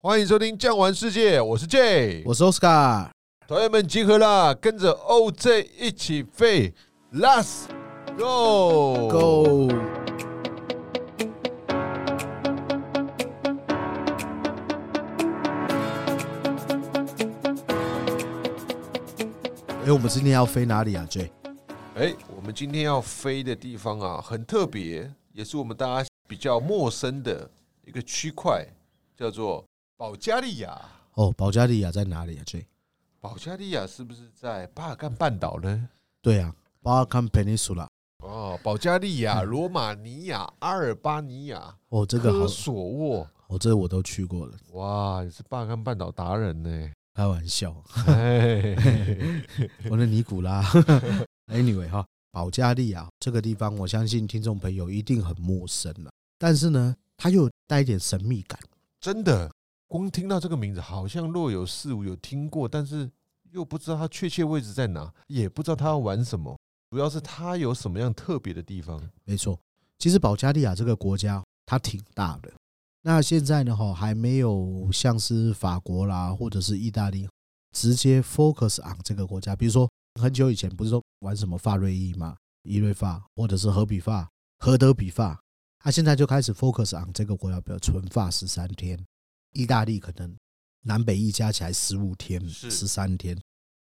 欢迎收听《酱玩世界》，我是 J，我是 Oscar。团员们集合啦，跟着 OJ 一起飞，Let's go Go！哎、我们今天要飞哪里啊？J，哎，我们今天要飞的地方啊，很特别，也是我们大家比较陌生的一个区块，叫做保加利亚。哦，保加利亚在哪里啊？J，保加利亚是不是在巴尔干半岛呢？对啊，Balkan Peninsula。哦，保加利亚、罗马尼亚、阿尔巴尼亚、哦，这个科好，索沃，哦，这个我都去过了，哇，你是巴尔干半岛达人 呢！开玩笑，哎，我的尼古拉。anyway 哈，保加利亚这个地方，我相信听众朋友一定很陌生了，但是呢，它又带一点神秘感。真的，光听到这个名字，好像若有似无，有听过，但是又不知道它确切位置在哪，也不知道它要玩什么。主要是它有什么样特别的地方？没错，其实保加利亚这个国家它挺大的，那现在呢哈还没有像是法国啦或者是意大利直接 focus on 这个国家，比如说很久以前不是说玩什么法瑞意嘛，伊瑞法或者是荷比法、荷德比法，它、现在就开始 focus on 这个国家，比如纯法十三天，意大利可能南北意加起来十五天、是十三天，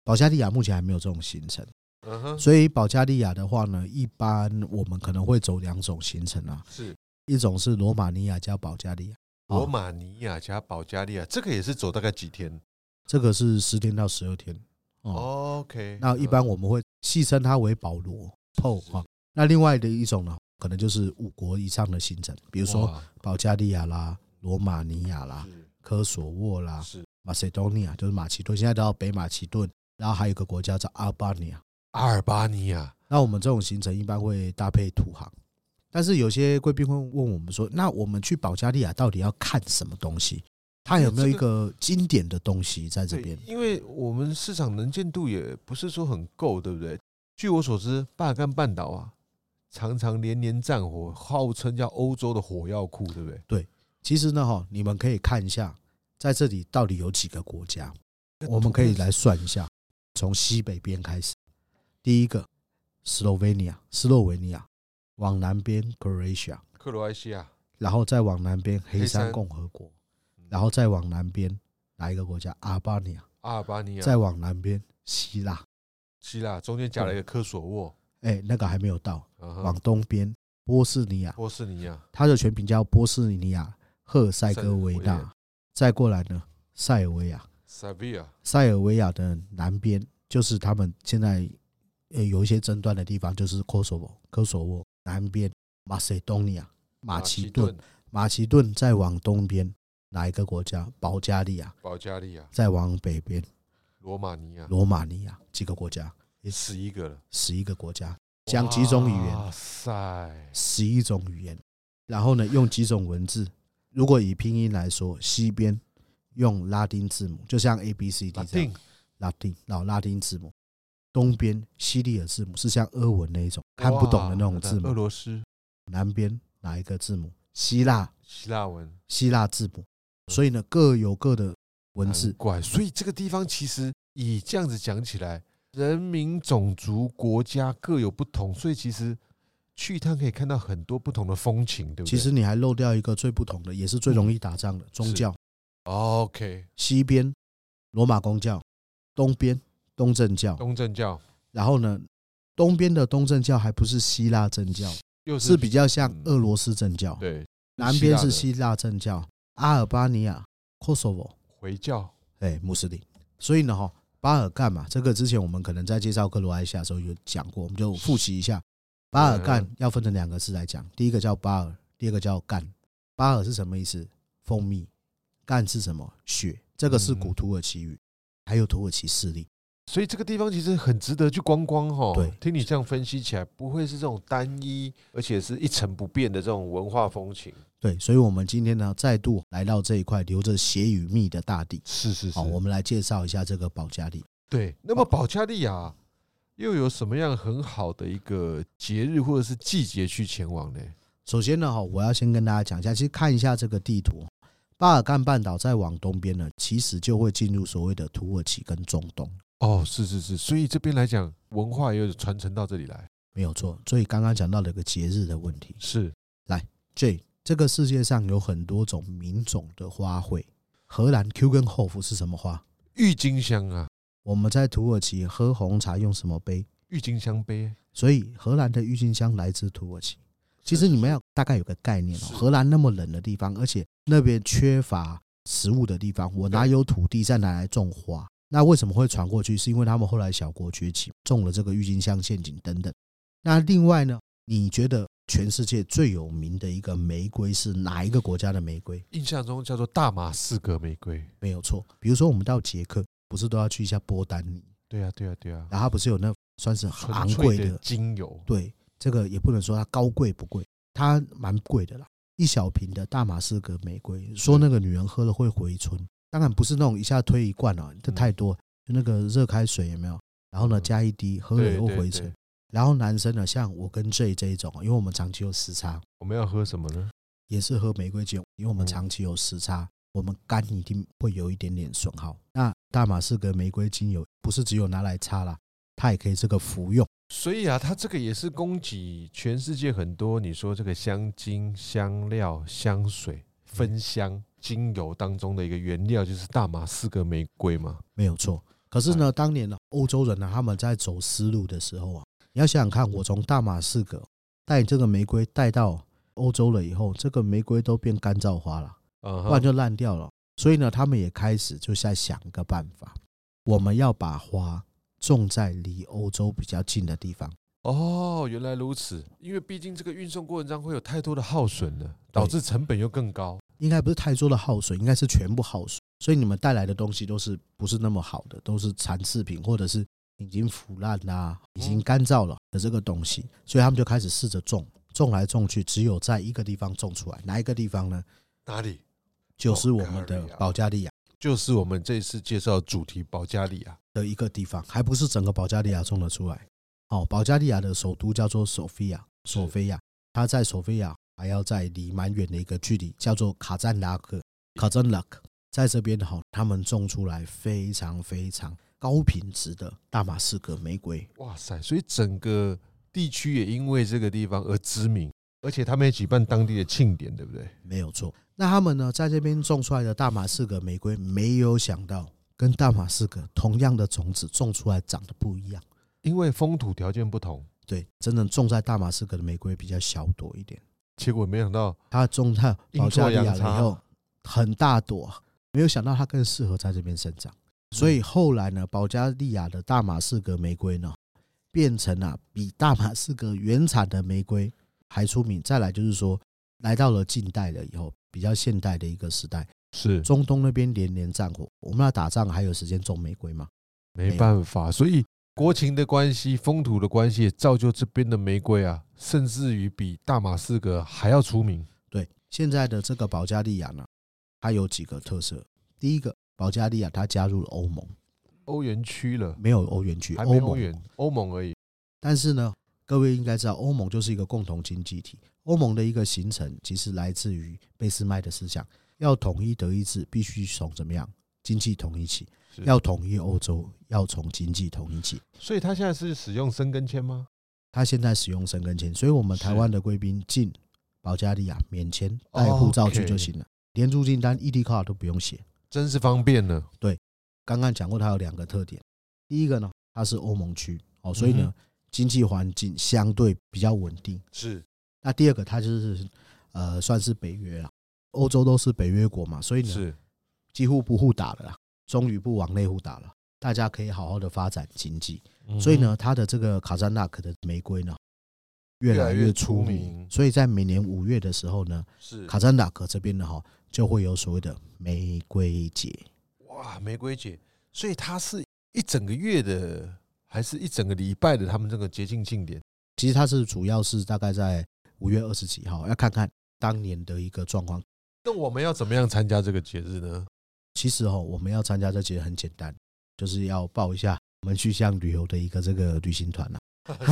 保加利亚目前还没有这种行程。嗯哼，所以保加利亚的话呢，一般我们可能会走两种行程啊，是一种是罗马尼亚加保加利亚，哦罗马尼亚加保加利亚，这个也是走大概几天这个是十天到十二天哦。 ？OK，那一般我们会戏称它为保罗 PO 是哈。那另外的一种呢，可能就是五国以上的行程，比比如说保加利亚啦、罗马尼亚啦、科索沃啦、是马塞多尼亚，就是马其顿，现在到北马其顿，然后还有一个国家叫阿尔巴尼亚。阿尔巴尼亚，那我们这种行程一般会搭配土航，但是有些贵宾会问我们说，那我们去保加利亚到底要看什么东西？它有没有一个经典的东西在这对，边？因为我们市场能见度也不是说很够，对不对？据我所知，巴尔干半岛啊，常常连年战火，号称叫欧洲的火药库，对不对？其实呢，哈，你们可以看一下，在这里到底有几个国家，我们可以来算一下，从西北边开始，第一个斯洛维尼亚，斯洛维尼亚，往南边 Croatia，克罗埃西亚，然后再往南边黑黑山嗯山共和国，然后再往南边哪一个国家？阿尔巴尼亚。阿尔巴尼亚，再往南边希腊，希腊，中间夹了一个科索沃，哎、那个还没有到。嗯哼往东边波斯尼亚，波斯尼亚，它的全名叫波斯尼亚赫塞哥维塞尔维纳。再过来呢，塞尔维亚，塞维亚，塞尔维亚的南边就是他们现在呃有一些争端的地方，就是科索沃，科索沃南边马塞东尼亚、马其顿，，马其顿再往东边哪一个国家？保加利亚，保加利亚，再往北边罗马尼亚，罗马尼亚，几个国家？十一个了，十一个国家，讲几种语言？哇塞，十一种语言，然后呢，用几种文字。如果以拼音来说，西边用拉丁字母，就像 A B C D 拉这样，丁，拉丁，然后拉丁字母。东边西里尔字母是像俄文那一种看不懂的那种哇字俄母，罗斯，南边哪一个字母？希腊希腊文，希腊字母。所以呢，各有各的文嗯难字，怪，所以这个地方其实以这样子讲起来，人民、种族、国家各有不同，所以其实去一趟可以看到很多不同的风情，对不对？嗯其实你还漏掉一个最不同的，也是最容易打仗的宗是教。 ，OK，西边罗马公教，东边东正教，东正教然后呢，东边的东正教还不是希腊正教，又是比较像俄罗斯正教；对南边是希腊正教，阿尔巴尼亚、Kosovo，回教，哎，穆斯林。所以呢，哈，巴尔干嘛，这个之前我们可能在介绍克罗埃西亚的时候有讲过，我们就复习一下。巴尔干嗯要分成两个字来讲，第一个叫巴尔，第二个叫干。巴尔是什么意思？蜂蜜。干是什么？血。这个是古嗯土耳其语，还有土耳其势力。所以这个地方其实很值得去观光哈。对听你这样分析起来，不会是这种单一，而且是一成不变的这种文化风情。对，所以，我们今天呢，再度来到这一块留着血与蜜的大地。是是是好，，我们来介绍一下这个保加利亚。对。那么保加利亚又有什么样很好的一个节日或者是季节去前往呢？首先呢，哈，我要先跟大家讲一下，其实看一下这个地图，巴尔干半岛再往东边呢，其实就会进入所谓的土耳其跟中东，哦，是是是，所以这边来讲，文化也有传承到这里来。没有错。所以刚刚讲到了一个节日的问题是， ，J，这个世界上有很多种民种的花卉，荷兰 Q 跟 Hof 是什么花？郁金香啊，我们在土耳其喝红茶用什么杯？郁金香杯，所以荷兰的郁金香来自土耳其。其实你们要大概有个概念哦，是荷兰那么冷的地方，而且那边缺乏食物的地方，我哪有土地再拿来种花？那为什么会传过去？是因为他们后来小国崛起，种了这个郁金香陷阱等等。那另外呢，你觉得全世界最有名的一个玫瑰是哪一个国家的玫瑰？印象中叫做大马士革玫瑰。没有错，比如说我们到捷克，不是都要去一下波丹尼，对啊，对啊，对啊，然后它不是有那算是很纯昂粹贵的的精油。对，这个也不能说它高贵不贵，它蛮贵的啦。一小瓶的大马士革玫瑰，说那个女人喝了会回春，当然不是那种一下推一罐啊，这嗯太多。就那个热开水有没有？然后呢，嗯加一滴，喝了以对后对回对春。然后男生呢，像我跟 J 这一种，啊因为我们长期有时差，我们要喝什么呢？也是喝玫瑰酒，因为我们嗯长期有时差，我们肝一定会有一点点损耗。那大马士革玫瑰精油不是只有拿来擦啦，它也可以这个服用。所以啊，它这个也是供给全世界很多你说这个香精、香料、香嗯水、芬香、精油当中的一个原料，就是大马士革玫瑰嘛。没有错。可是呢，当年呢，欧洲人呢，他们在走丝路的时候啊，你要想想看，我从大马士革带这个玫瑰带到欧洲了以后，这个玫瑰都变干燥花了，嗯不然哼，就烂掉了。所以呢，他们也开始就在想一个办法，我们要把花种在离欧洲比较近的地方。哦，原来如此。因为毕竟这个运送过程中会有太多的耗损了，导致成本又更高。应该不是太多的耗损，应该是全部耗损。所以你们带来的东西都是不是那么好的，都是残次品或者是已经腐烂啦、已经干燥了的这个东西。所以他们就开始试着种，种来种去，只有在一个地方种出来。哪一个地方呢？哪里？就是我们的保加利亚就是我们这一次介绍的主题保加利亚。的一个地方，还不是整个保加利亚种得出来。哦，保加利亚的首都叫做索菲亚，索菲亚，它在索菲亚还要在离蛮远的一个距离，叫做卡赞拉克。卡赞拉克在这边哈，他们种出来非常非常高品质的大马士革玫瑰。哇塞！所以整个地区也因为这个地方而知名，而且他们也举办当地的庆典，对不对？没有错。那他们呢，在这边种出来的大马士革玫瑰，没有想到跟大马士革同样的种子种出来长得不一样。因为风土条件不同，对，真正种在大马士革的玫瑰比较小朵一点，结果没想到它种在保加利亚阴了错阳以后很大朵，没有想到它更适合在这边生长。嗯所以后来呢，保加利亚的大马士革玫瑰呢，变成了、比大马士革原产的玫瑰还出名。再来就是说，来到了近代了以后，比较现代的一个时代，是中东那边连连战火，我们要打仗还有时间种玫瑰吗？没办法，所以国情的关系、风土的关系，也造就这边的玫瑰啊，甚至于比大马士革还要出名。对，现在的这个保加利亚呢，它有几个特色。第一个，保加利亚它加入了欧盟，欧元区了，没有欧元区，还没欧盟。元，欧盟而已。但是呢，各位应该知道，欧盟就是一个共同经济体。欧盟的一个形成，其实来自于俾斯麦的思想，要统一德意志，必须从怎么样经济统一起；是要统一欧洲，要从经济统一起。所以他现在是使用生根签吗？他现在使用申根签，所以我们是台湾的贵宾进保加利亚免签，哦带护照去就行了，连入境单、异地，E 卡都不用写。真是方便呢。刚刚讲过，它有两个特点，第一个呢，它是欧盟区哦，所以嗯呢哼，经济环境相对比较稳定。是那第二个，它就是呃，算是北约了，欧洲都是北约国嘛，所以呢，是，几乎不互打了啦，终于不往内互打了，大家可以好好的发展经济。嗯所以呢，它的这个卡赞纳克的玫瑰呢，越来越越出出名名。所以在每年五月的时候呢，嗯哼，是卡赞纳克这边呢哈，就会有所谓的玫瑰节。哇，玫瑰节，所以它是一整个月的，还是一整个礼拜的？他们这个节庆庆典其实它是主要是大概在五月二十几号，要看看当年的一个状况。那我们要怎么样参加这个节日呢？ 其实哈，我们要参加这节很简单，就是要报一下我们去向旅游的一个这个 旅行团啊。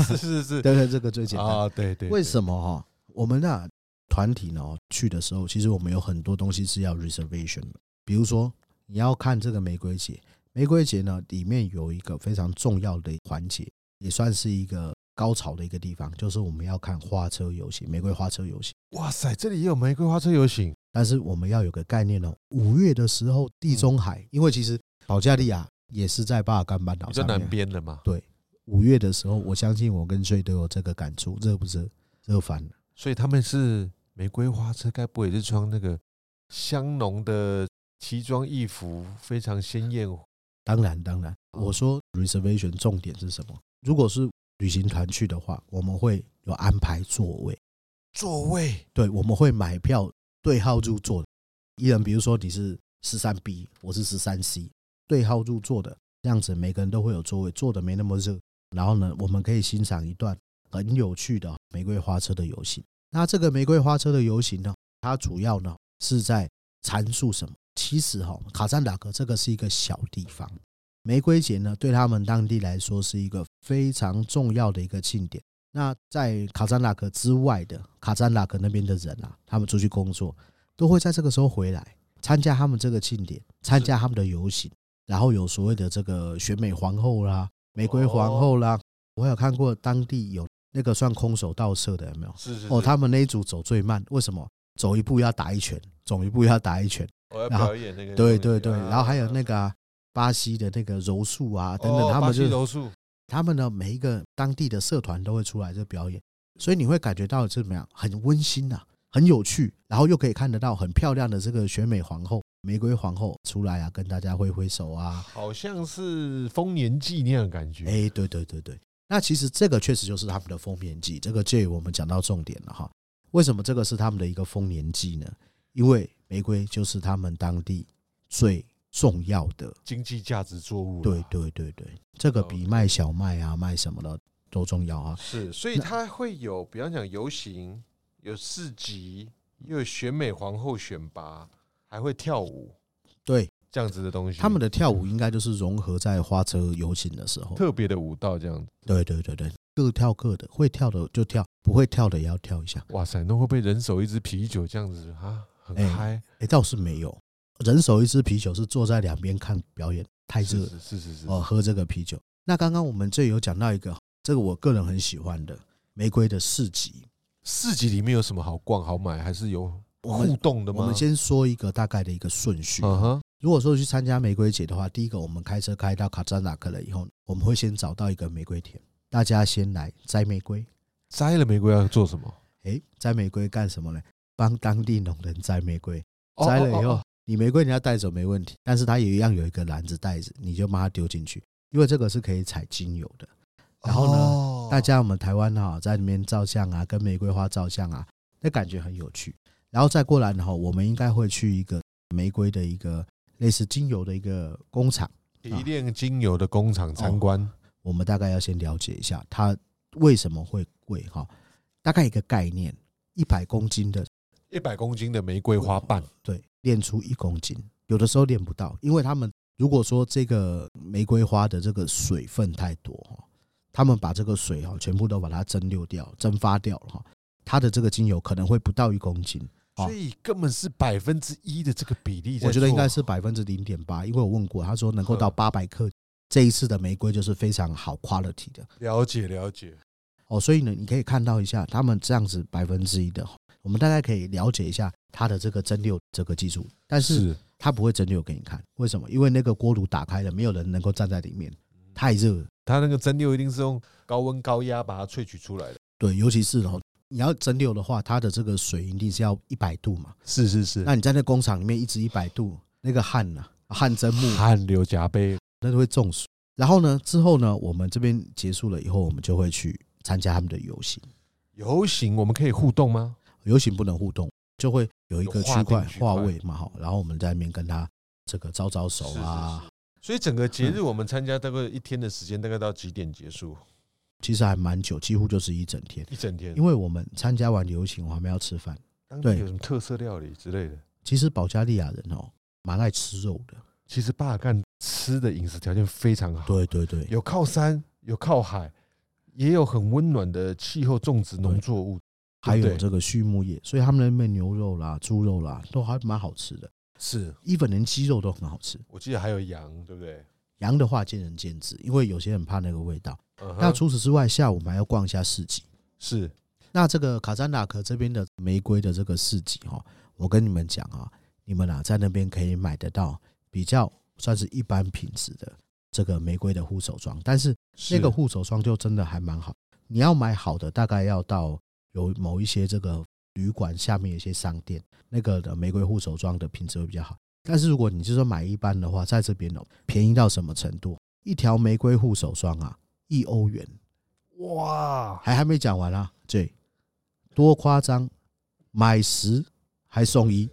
是是是，对对，这个最简单。啊，对对，为么？什么哈？我们那团体呢去的时候，其实我们有很多东西是要 reservation 的，比如说你要看这个玫瑰节，玫瑰节呢里面有一个非常重要的环节，也算是一个高潮的一个地方，就是我们要看花车游行，玫瑰花车游行。哇塞，这里也有玫瑰花车游行，但是我们要有个概念哦，五月的时候地嗯中海，因为其实保加利亚也是在巴尔干半岛比较上南面。边的嘛，五月的时候，我相信我跟瑞都有这个感触，热不热？热翻了。所以他们是玫瑰花车，该不会也是穿那个香浓的奇装异服，非常鲜艳？当然，当然，我哦说 reservation 重点是什么？如果是旅行团去的话，我们会有安排座位，座位对，我们会买票对号入座的。一人，比如说你是十三 B，我是十三 C，对号入座的，这样子每个人都会有座位，坐的没那么热。然后呢，我们可以欣赏一段很有趣的玫瑰花车的游行。那这个玫瑰花车的游行呢，它主要呢是在阐述什么？其实哈、卡赞达格这个是一个小地方，玫瑰节呢对他们当地来说是一个非常重要的一个庆典。那在卡赞达格之外的卡赞达格那边的人啊，他们出去工作都会在这个时候回来参加他们这个庆典，参加他们的游行，然后有所谓的这个选美皇后啦、玫瑰皇后啦，我有看过当地有那个算空手道社的有没有？是是哦，他们那一组走最慢，为什么？走一步要打一拳，走一步要打一拳。我要然后表演那个东西，对对对，然后还有那个个啊、巴西的那个柔术啊等等，他们就是哦柔术，他们的每一个当地的社团都会出来这表演，所以你会感觉到是怎么样，很温馨啊，很有趣，然后又可以看得到很漂亮的这个选美皇后、玫瑰皇后出来啊，跟大家挥挥手啊。好像是丰年祭那样的感觉。哎、对对对对，那其实这个确实就是他们的丰年祭，这个介于我们讲到重点了哈。为什么这个是他们的一个丰年祭呢？因为玫瑰就是他们当地最重要的，经济价值作物啦，对对对对，这个比卖小麦啊、卖什么的都重要啊。哦是，所以那它会有，比方讲游行，有市集，又有选美皇后选拔，还会跳舞对，这样子的东西。他们的跳舞应该就是融合在花车游行的时候。嗯特别的舞蹈这样子，对对对对，各跳各的，会跳的就跳，不会跳的也要跳一下。哇塞，那会不会人手一支啤酒这样子啊？很哎嗨，哎、倒是没有，人手一支啤酒是坐在两边看表演，太热是了。是是是是，哦，喝这个啤酒。那刚刚我们这有讲到一个，这个我个人很喜欢的玫瑰的市集。市集里面有什么好逛好买，还是有我互们动的吗？我们先说一个大概的一个顺序。嗯哼，如果说去参加玫瑰节的话，第一个我们开车开到卡扎纳克了以后，我们会先找到一个玫瑰田，大家先来摘玫瑰。摘了玫瑰要做什么？诶，摘玫瑰干什么呢？帮当地农人摘玫瑰，哦摘了以哦后哦，你玫瑰你要带走没问题，但是它也一样有一个篮子袋子，你就把它丢进去，因为这个是可以采精油的。然后呢呢大家我们台湾哈、在里面照相啊，跟玫瑰花照相啊，那感觉很有趣。然后再过来呢哈、我们应该会去一个玫瑰的一个类似精油的一个工厂，提炼精油的工厂参观，我们大概要先了解一下它为什么会贵哈、大概一个概念，一百公斤的一百公斤的玫瑰花瓣，对，练出一公斤，有的时候练不到，因为他们如果说这个玫瑰花的这个水分太多哈，他们把这个水哈全部都把它蒸馏掉、蒸发掉了哈，它的这个精油可能会不到一公斤，哦所以根本是百分之一的这个比例在做。啊我觉得应该是百分之零点八，因为我问过，他说能够到嗯八百克，这一次的玫瑰就是非常好 quality 的了解了解，哦，所以呢，你可以看到一下他们这样子百分之一的，我们大概可以了解一下它的这个蒸馏这个技术，但是。它不会蒸馏给你看，为什么？因为那个锅炉打开了，没有人能够站在里面，太热了。它那个蒸馏一定是用高温高压把它萃取出来的。对，尤其是哦，你要蒸馏的话，它的这个水一定是要一百度嘛。是是是那你在那工厂里面一直一百度，那个汗呐、汗蒸木，汗流浃背，那就会中暑。然后呢，之后呢，我们这边结束了以后，我们就会去参加他们的游行。游行我们可以互动吗？游行不能互动，就会有一个有区划定块区划块位嘛，哈。然后我们在那边跟他这个招招手啊，所以整个节日我们参加大概一天的时间，大概到几点结束？其实还蛮久，几乎就是一整天。一整天因。为我们参加完游行，我还没要吃饭。当对地有什么特色料理之类的？其实保加利亚人哦，蛮爱吃肉的。其实巴尔干吃的饮食条件非常好，对对对，有靠山，有靠海，也有很温暖的气候种植农作物。对还不对有这个畜牧业，所以他们那边牛肉啦、猪肉啦都还蛮好吃的是，even 连鸡肉都很好吃。我记得还有羊，对不对？羊的话见仁见智，因为有些人怕那个味道。嗯哼那除此之外，下午我们还要逛一下市集。是那这个卡赞达克这边的玫瑰的这个市集哈、我跟你们讲啊，你们啊在那边可以买得到比较算是一般品质的这个玫瑰的护手霜，但是那是个护手霜就真的还蛮好。你要买好的，大概要到有某一些这个旅馆下面有一些商店，那个的玫瑰护手霜的品质会比较好。但是如果你就说买一般的话，在这边哦，便宜到什么程度？一条玫瑰护手霜啊，一欧元，哇，还还没讲完啊，对，多夸张，买十还送一，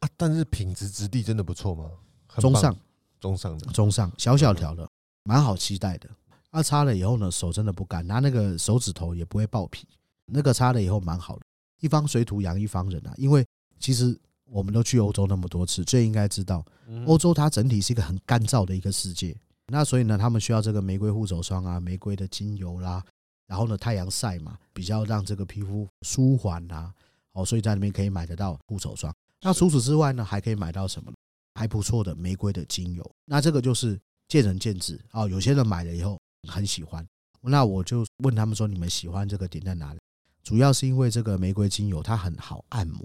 啊但是品质质地真的不错吗？很中棒上中上的，中上，小小条的，蛮好期待的。那、擦了以后呢，手真的不干，拿那个手指头也不会爆皮。那个擦了以后蛮好的，一方水土养一方人啊。因为其实我们都去欧洲那么多次，最应该知道，嗯欧洲它整体是一个很干燥的一个世界。那所以呢，他们需要这个玫瑰护手霜啊，玫瑰的精油啦，然后呢太阳晒嘛，比较让这个皮肤舒缓啦。哦，所以在那边可以买得到护手霜。那除此之外呢，还可以买到什么呢？还不错的玫瑰的精油。那这个就是见仁见智哦，有些人买了以后很喜欢，那我就问他们说，你们喜欢这个点在哪里？主要是因为这个玫瑰精油它很好按摩，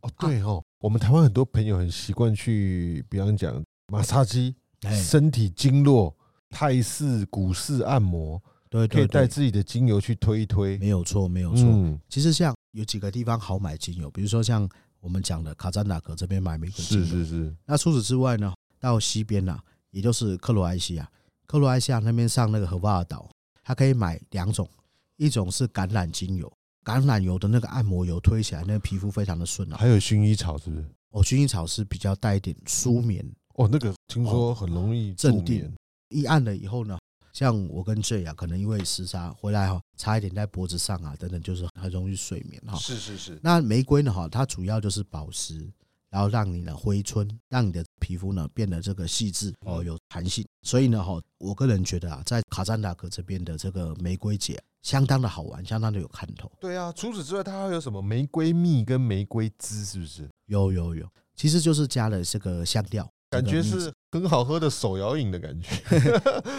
哦，对哦，我们台湾很多朋友很习惯去，比方讲马杀鸡、哎，身体经络、泰式、股市按摩，对可以对带对，自己的精油去推一推。没有错，没有错。嗯，其实像有几个地方好买精油，比如说像我们讲的卡赞达格这边买玫瑰精是是油。是，那除此之外呢，到西边呐、也就是克罗埃西亚，克罗埃西亚那边上那个荷巴尔岛，它可以买两种，一种是橄榄精油，橄榄油的那个按摩油推起来，那个皮肤非常的顺啊。还有薰衣草是不是？哦，薰衣草是比较带一点舒眠，哦，那个听说很容易助镇眠定，一按了以后呢，像我跟 J 啊，可能因为时差回来哈、擦一点在脖子上啊，等等，就是很容易睡眠哈、是是是，那玫瑰呢哈，它主要就是保湿，然后让你呢回春，让你的皮肤呢变得这个细致嗯哦，有弹性。所以呢哈，我个人觉得啊，在卡赞达格这边的这个玫瑰节啊相当的好玩，相当的有看头。对啊。除此之外，它还有什么玫瑰蜜跟玫瑰汁，是不是？有有有，其实就是加了这个香料，感觉这个蜜是很好喝的手摇饮的感觉。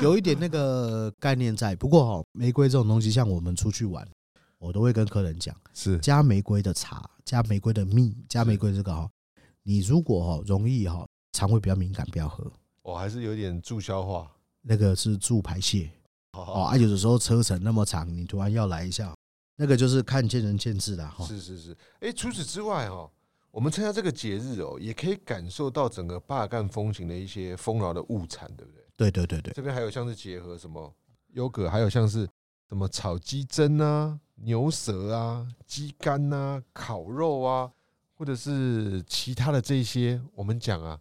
有一点那个概念在。不过哈、玫瑰这种东西，像我们出去玩，我都会跟客人讲，是加玫瑰的茶，加玫瑰的蜜，加是玫瑰这个哈、你如果哈、容易哈、肠胃比较敏感，不要喝，我还是有点助消化。那个是助排泄好哦。好，啊，有的时候车程那么长，你突然要来一下，那个就是看见仁见智了哈。是是是。哎、除此之外哦，我们参加这个节日哦，也可以感受到整个巴尔干风情的一些丰饶的物产，对不对？对对对对，这边还有像是结合什么优格，还有像是什么炒鸡胗啊、牛舌啊、鸡肝啊、烤肉啊，或者是其他的这些，我们讲啊，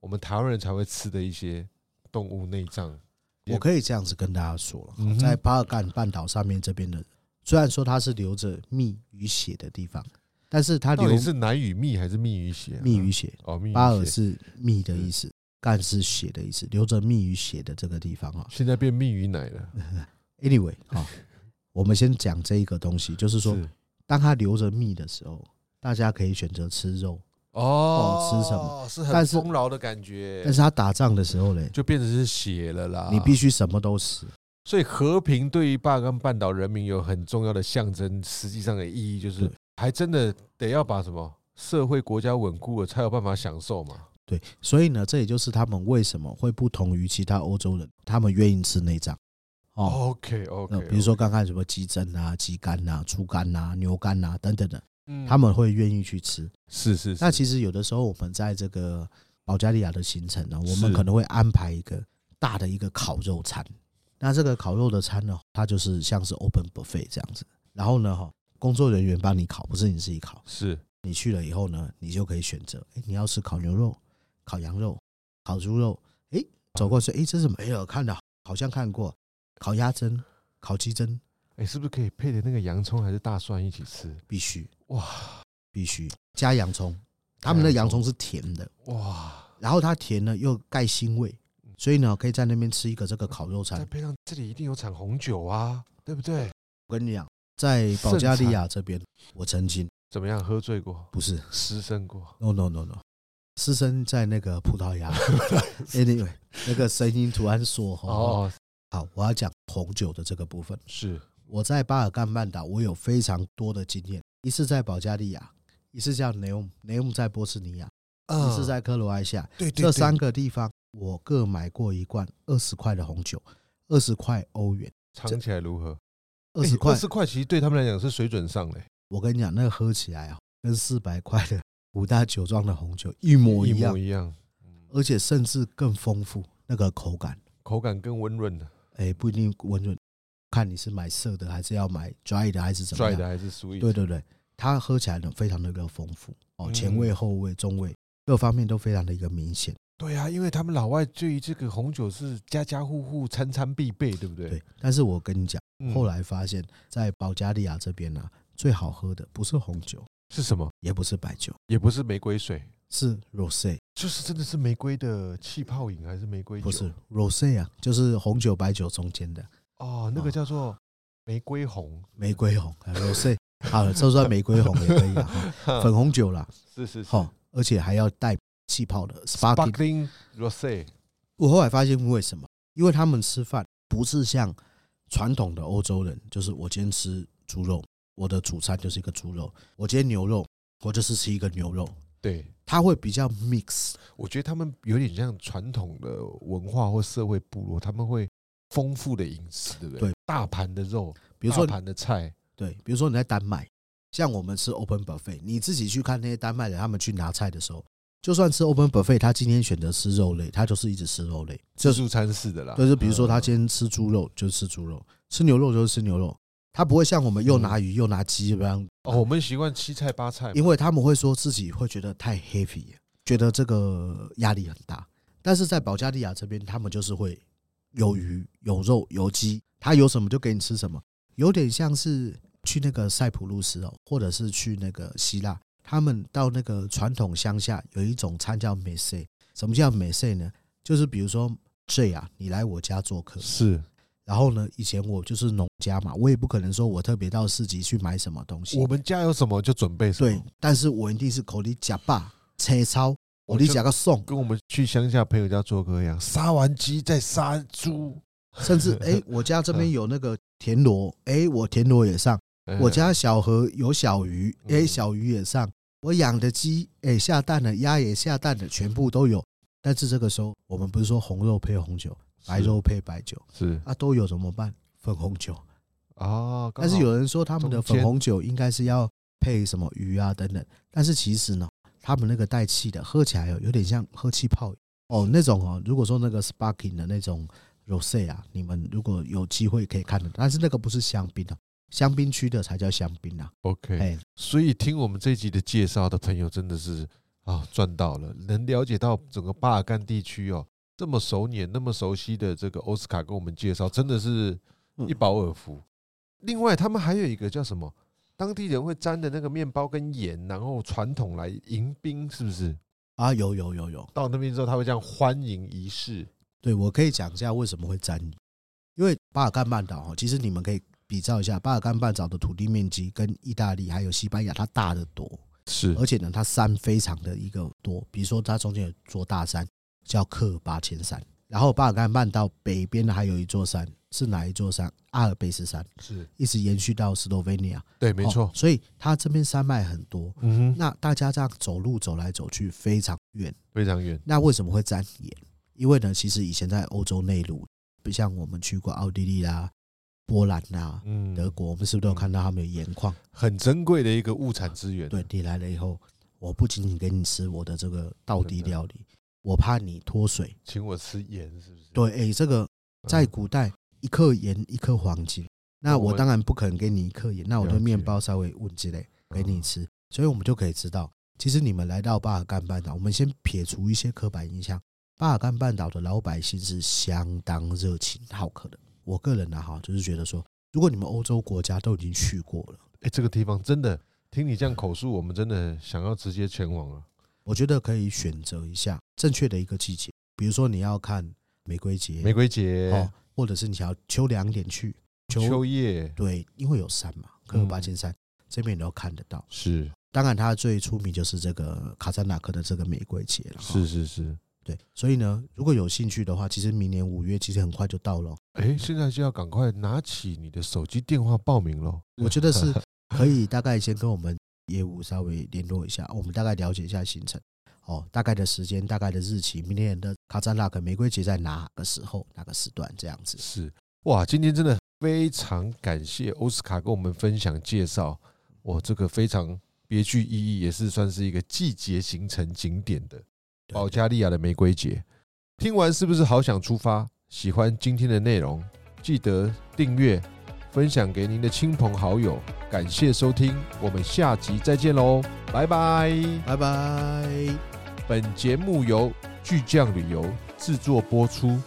我们台湾人才会吃的一些动物内脏。也我可以这样子跟大家说了，嗯哼在巴尔干半岛上面这边的，虽然说它是流着蜜与血的地方，但是它到流底是奶与蜜还是蜜与血啊、蜜与血，哦，蜜巴与尔血。是蜜的意思，干是血的意思，流着蜜与血的这个地方啊。现在变蜜与奶了， Anyway 啊，我们先讲这一个东西，就是说，是当它流着蜜的时候，大家可以选择吃肉，哦，吃什么是但很是丰饶的感觉，但是它打仗的时候嘞，就变成是血了啦。你必须什么都吃。所以和平对于巴尔干半岛人民有很重要的象征，实际上的意义就是对，还真的得要把什么社会国家稳固了，才有办法享受嘛。对，所以呢，这也就是他们为什么会不同于其他欧洲人，他们愿意吃内脏。哦， OK 那 OK，比如说刚看什么鸡胗啊、鸡肝啊、猪肝啊、牛肝啊等等的，他们们会愿意去吃。嗯是是是那其实有的时候我们在这个保加利亚的行程呢，我们是可能会安排一个大的一个烤肉餐。那这个烤肉的餐呢，它就是像是 open buffet 这样子。然后呢，哈，工作人员帮你烤，不是你自己烤。是你去了以后呢，你就可以选择，哎、你要吃烤牛肉、烤羊肉、烤猪肉。哎、走过去，哎、这是没有看的，好像看过烤鸭胗、烤鸡胗，哎，是不是可以配的那个洋葱还是大蒜一起吃？必须哇必须加洋葱。他们的洋葱是甜的，哇，然后它甜呢又盖腥味，所以呢可以在那边吃一个这个烤肉餐再。配上这里一定有产红酒啊，对不对？我跟你讲，在保加利亚这边，我曾经怎么样？喝醉过，不是失身过， ，no no no no，师生在那个葡萄牙 ，anyway，那个声音突然说哦，哦，好，我要讲红酒的这个部分。是我在巴尔干半岛，我有非常多的经验，一次在保加利亚，一次叫 Neum，Neum 在波斯尼亚，一次在科罗埃西亚，嗯对对这三个地方我各买过一罐二十块的红酒，二十块欧元，尝起来如何？二十块哎二，十块其实对他们来讲是水准上嘞，我跟你讲，那个喝起来啊，跟四百块的五大酒庄的红酒一模一一样模，一样，嗯而且甚至更丰富，那个口感，口感更温润啊的，哎、不一定温润，看你是买涩的还是要买 dry 的还是怎么拽样的，还是 sweet，对对对，它喝起来呢非常的一个丰富哦，嗯前味、后味、中味各方面都非常的一个明显。对啊，因为他们老外对于这个红酒是家家户户餐餐必备，对不对？对，但是我跟你讲，嗯后来发现，在保加利亚这边呢、最好喝的不是红酒，是什么？也不是白酒，也不是玫瑰水，是 rosé，就是真的是玫瑰的气泡饮还是玫瑰酒？不是 rosé 啊，就是红酒、白酒中间的哦，那个哦叫做玫瑰红，玫瑰红啊 rosé。好 了，就算玫瑰红也可以啊，哈嗯粉红酒啦， 是是是好、而且还要带气泡的，Sparkling sparkling。Rosé，我后来发现为什么？因为他们吃饭不是像传统的欧洲人，就是我今天吃猪肉，我的主餐就是一个猪肉；我今天牛肉，我就是吃一个牛肉。对，它会比较 mix，我觉得他们有点像传统的文化或社会部落，他们会丰富的饮食，对不对？对大盘的肉，比如说大盘的菜，对，比如说你在丹麦，像我们吃 open buffet，你自己去看那些丹麦人，他们去拿菜的时候，就算吃 open buffet，他今天选择吃肉类，他就是一直吃肉类，自助餐式的啦。就是比如说他嗯今天吃猪肉就吃猪肉，吃牛肉就是吃牛肉，他不会像我们又拿鱼又拿鸡这样，哦，我们习惯七菜八菜嘛，因为他们会说自己会觉得太 heavy，觉得这个压力很大。但是在保加利亚这边，他们就是会有鱼、有肉、有鸡，他有什么就给你吃什么，有点像是去那个塞浦路斯哦，或者是去那个希腊，他们到那个传统乡下有一种餐叫美塞。什么叫美塞呢？就是比如说 J 啊，你来我家做客，是然后呢，以前我就是农家嘛，我也不可能说我特别到市集去买什么东西，我们家有什么就准备什么。对，但是我一定是口里夹霸、切超，哦我我就里夹 个送，跟我们去乡下朋友家做客一样，杀完鸡再杀猪。甚至哎、诶我家这边有那个田螺，哎、我田螺也上；嗯我家小河有小鱼，哎、嗯小鱼也上；我养的鸡，哎、下蛋了，鸭也下蛋了，全部都有。但是这个时候，我们不是说红肉配红酒，白肉配白酒哎是啊，都有怎么办？粉红酒。啊，刚但是好有人说他们的中间粉红酒应该是要配什么鱼啊等等，但是其实呢，他们那个带气的喝起来哦，有点像喝气泡哦那种哦。如果说那个 sparkling 的那种 rosé 啊，你们如果有机会可以看的，但是那个不是香槟啊，香槟区的才叫香槟啊。 OK，哎，所以听我们这一集的介绍的朋友，真的是啊赚到了，能了解到整个巴尔干地区哦，这么熟稔、那么熟悉的这个奥斯卡跟我们介绍，真的是嗯一饱耳福。另外，他们还有一个叫什么？当地人会沾的那个面包跟盐，然后传统来迎宾，是不是？啊，有有有有，到那边之后，他会这样欢迎仪式。对我可以讲一下为什么会沾泥，因为巴尔干半岛哦，其实你们可以比照一下，巴尔干半岛的土地面积跟意大利还有西班牙它大得多。是而且呢，它山非常的一个多，比如说它中间有座大山叫克巴千山，然后巴尔干半岛北边呢还有一座山，是哪一座山？阿尔卑斯山，是，一直延续到斯洛文尼亚，对，没错哦。所以它这边山脉很多，嗯哼，那大家这样走路走来走去非常远。非常远。那为什么会沾盐？因为呢，其实以前在欧洲内陆，不像我们去过奥地利啦、波兰啦、嗯，德国，我们是不是都有看到他们有盐矿？很珍贵的一个物产资源。对你来了以后，我不仅仅给你吃我的这个道地真的料理，我怕你脱水。请我吃盐，是不是？对，哎、这个嗯，在古代一克盐一克黄金，那我我们当然不可能给你一克盐，那我了对解嗯面包稍微问之类给你吃，所以我们就可以知道，其实你们来到巴尔干半岛，我们先撇除一些刻板印象，巴尔干半岛的老百姓是相当热情好客的。我个人呢，哈，就是觉得说，如果你们欧洲国家都已经去过了。哎、这个地方真的，听你这样口述，我们真的想要直接前往了。我觉得可以选择一下正确的一个季节，比如说你要看玫瑰节，哦玫瑰节、哦，或者是你想要秋凉一点去，秋秋叶，对，因为有山嘛，科巴金山这边你都看得到。是当然，它最出名就是这个卡萨纳克的这个玫瑰节了。哦是，是是，对。所以呢，如果有兴趣的话，其实明年五月其实很快就到了。哦哎，现在就要赶快拿起你的手机电话报名喽。我觉 得是 可以大概先跟我们业务稍微联络一下，我们大概了解一下行程，哦，大概的时间、大概的日期，明天的卡扎纳克玫瑰节在哪个时候、哪个时段这样子。是哇，今天真的非常感谢欧斯卡跟我们分享介绍，我这个非常别具意义，也是算是一个季节形成景点的对保加利亚的玫瑰节。听完是不是好想出发？喜欢今天的内容，记得订阅、分享给您的亲朋好友。感谢收听，我们下集再见喽，拜拜。拜拜。本节目由巨匠旅游制作播出。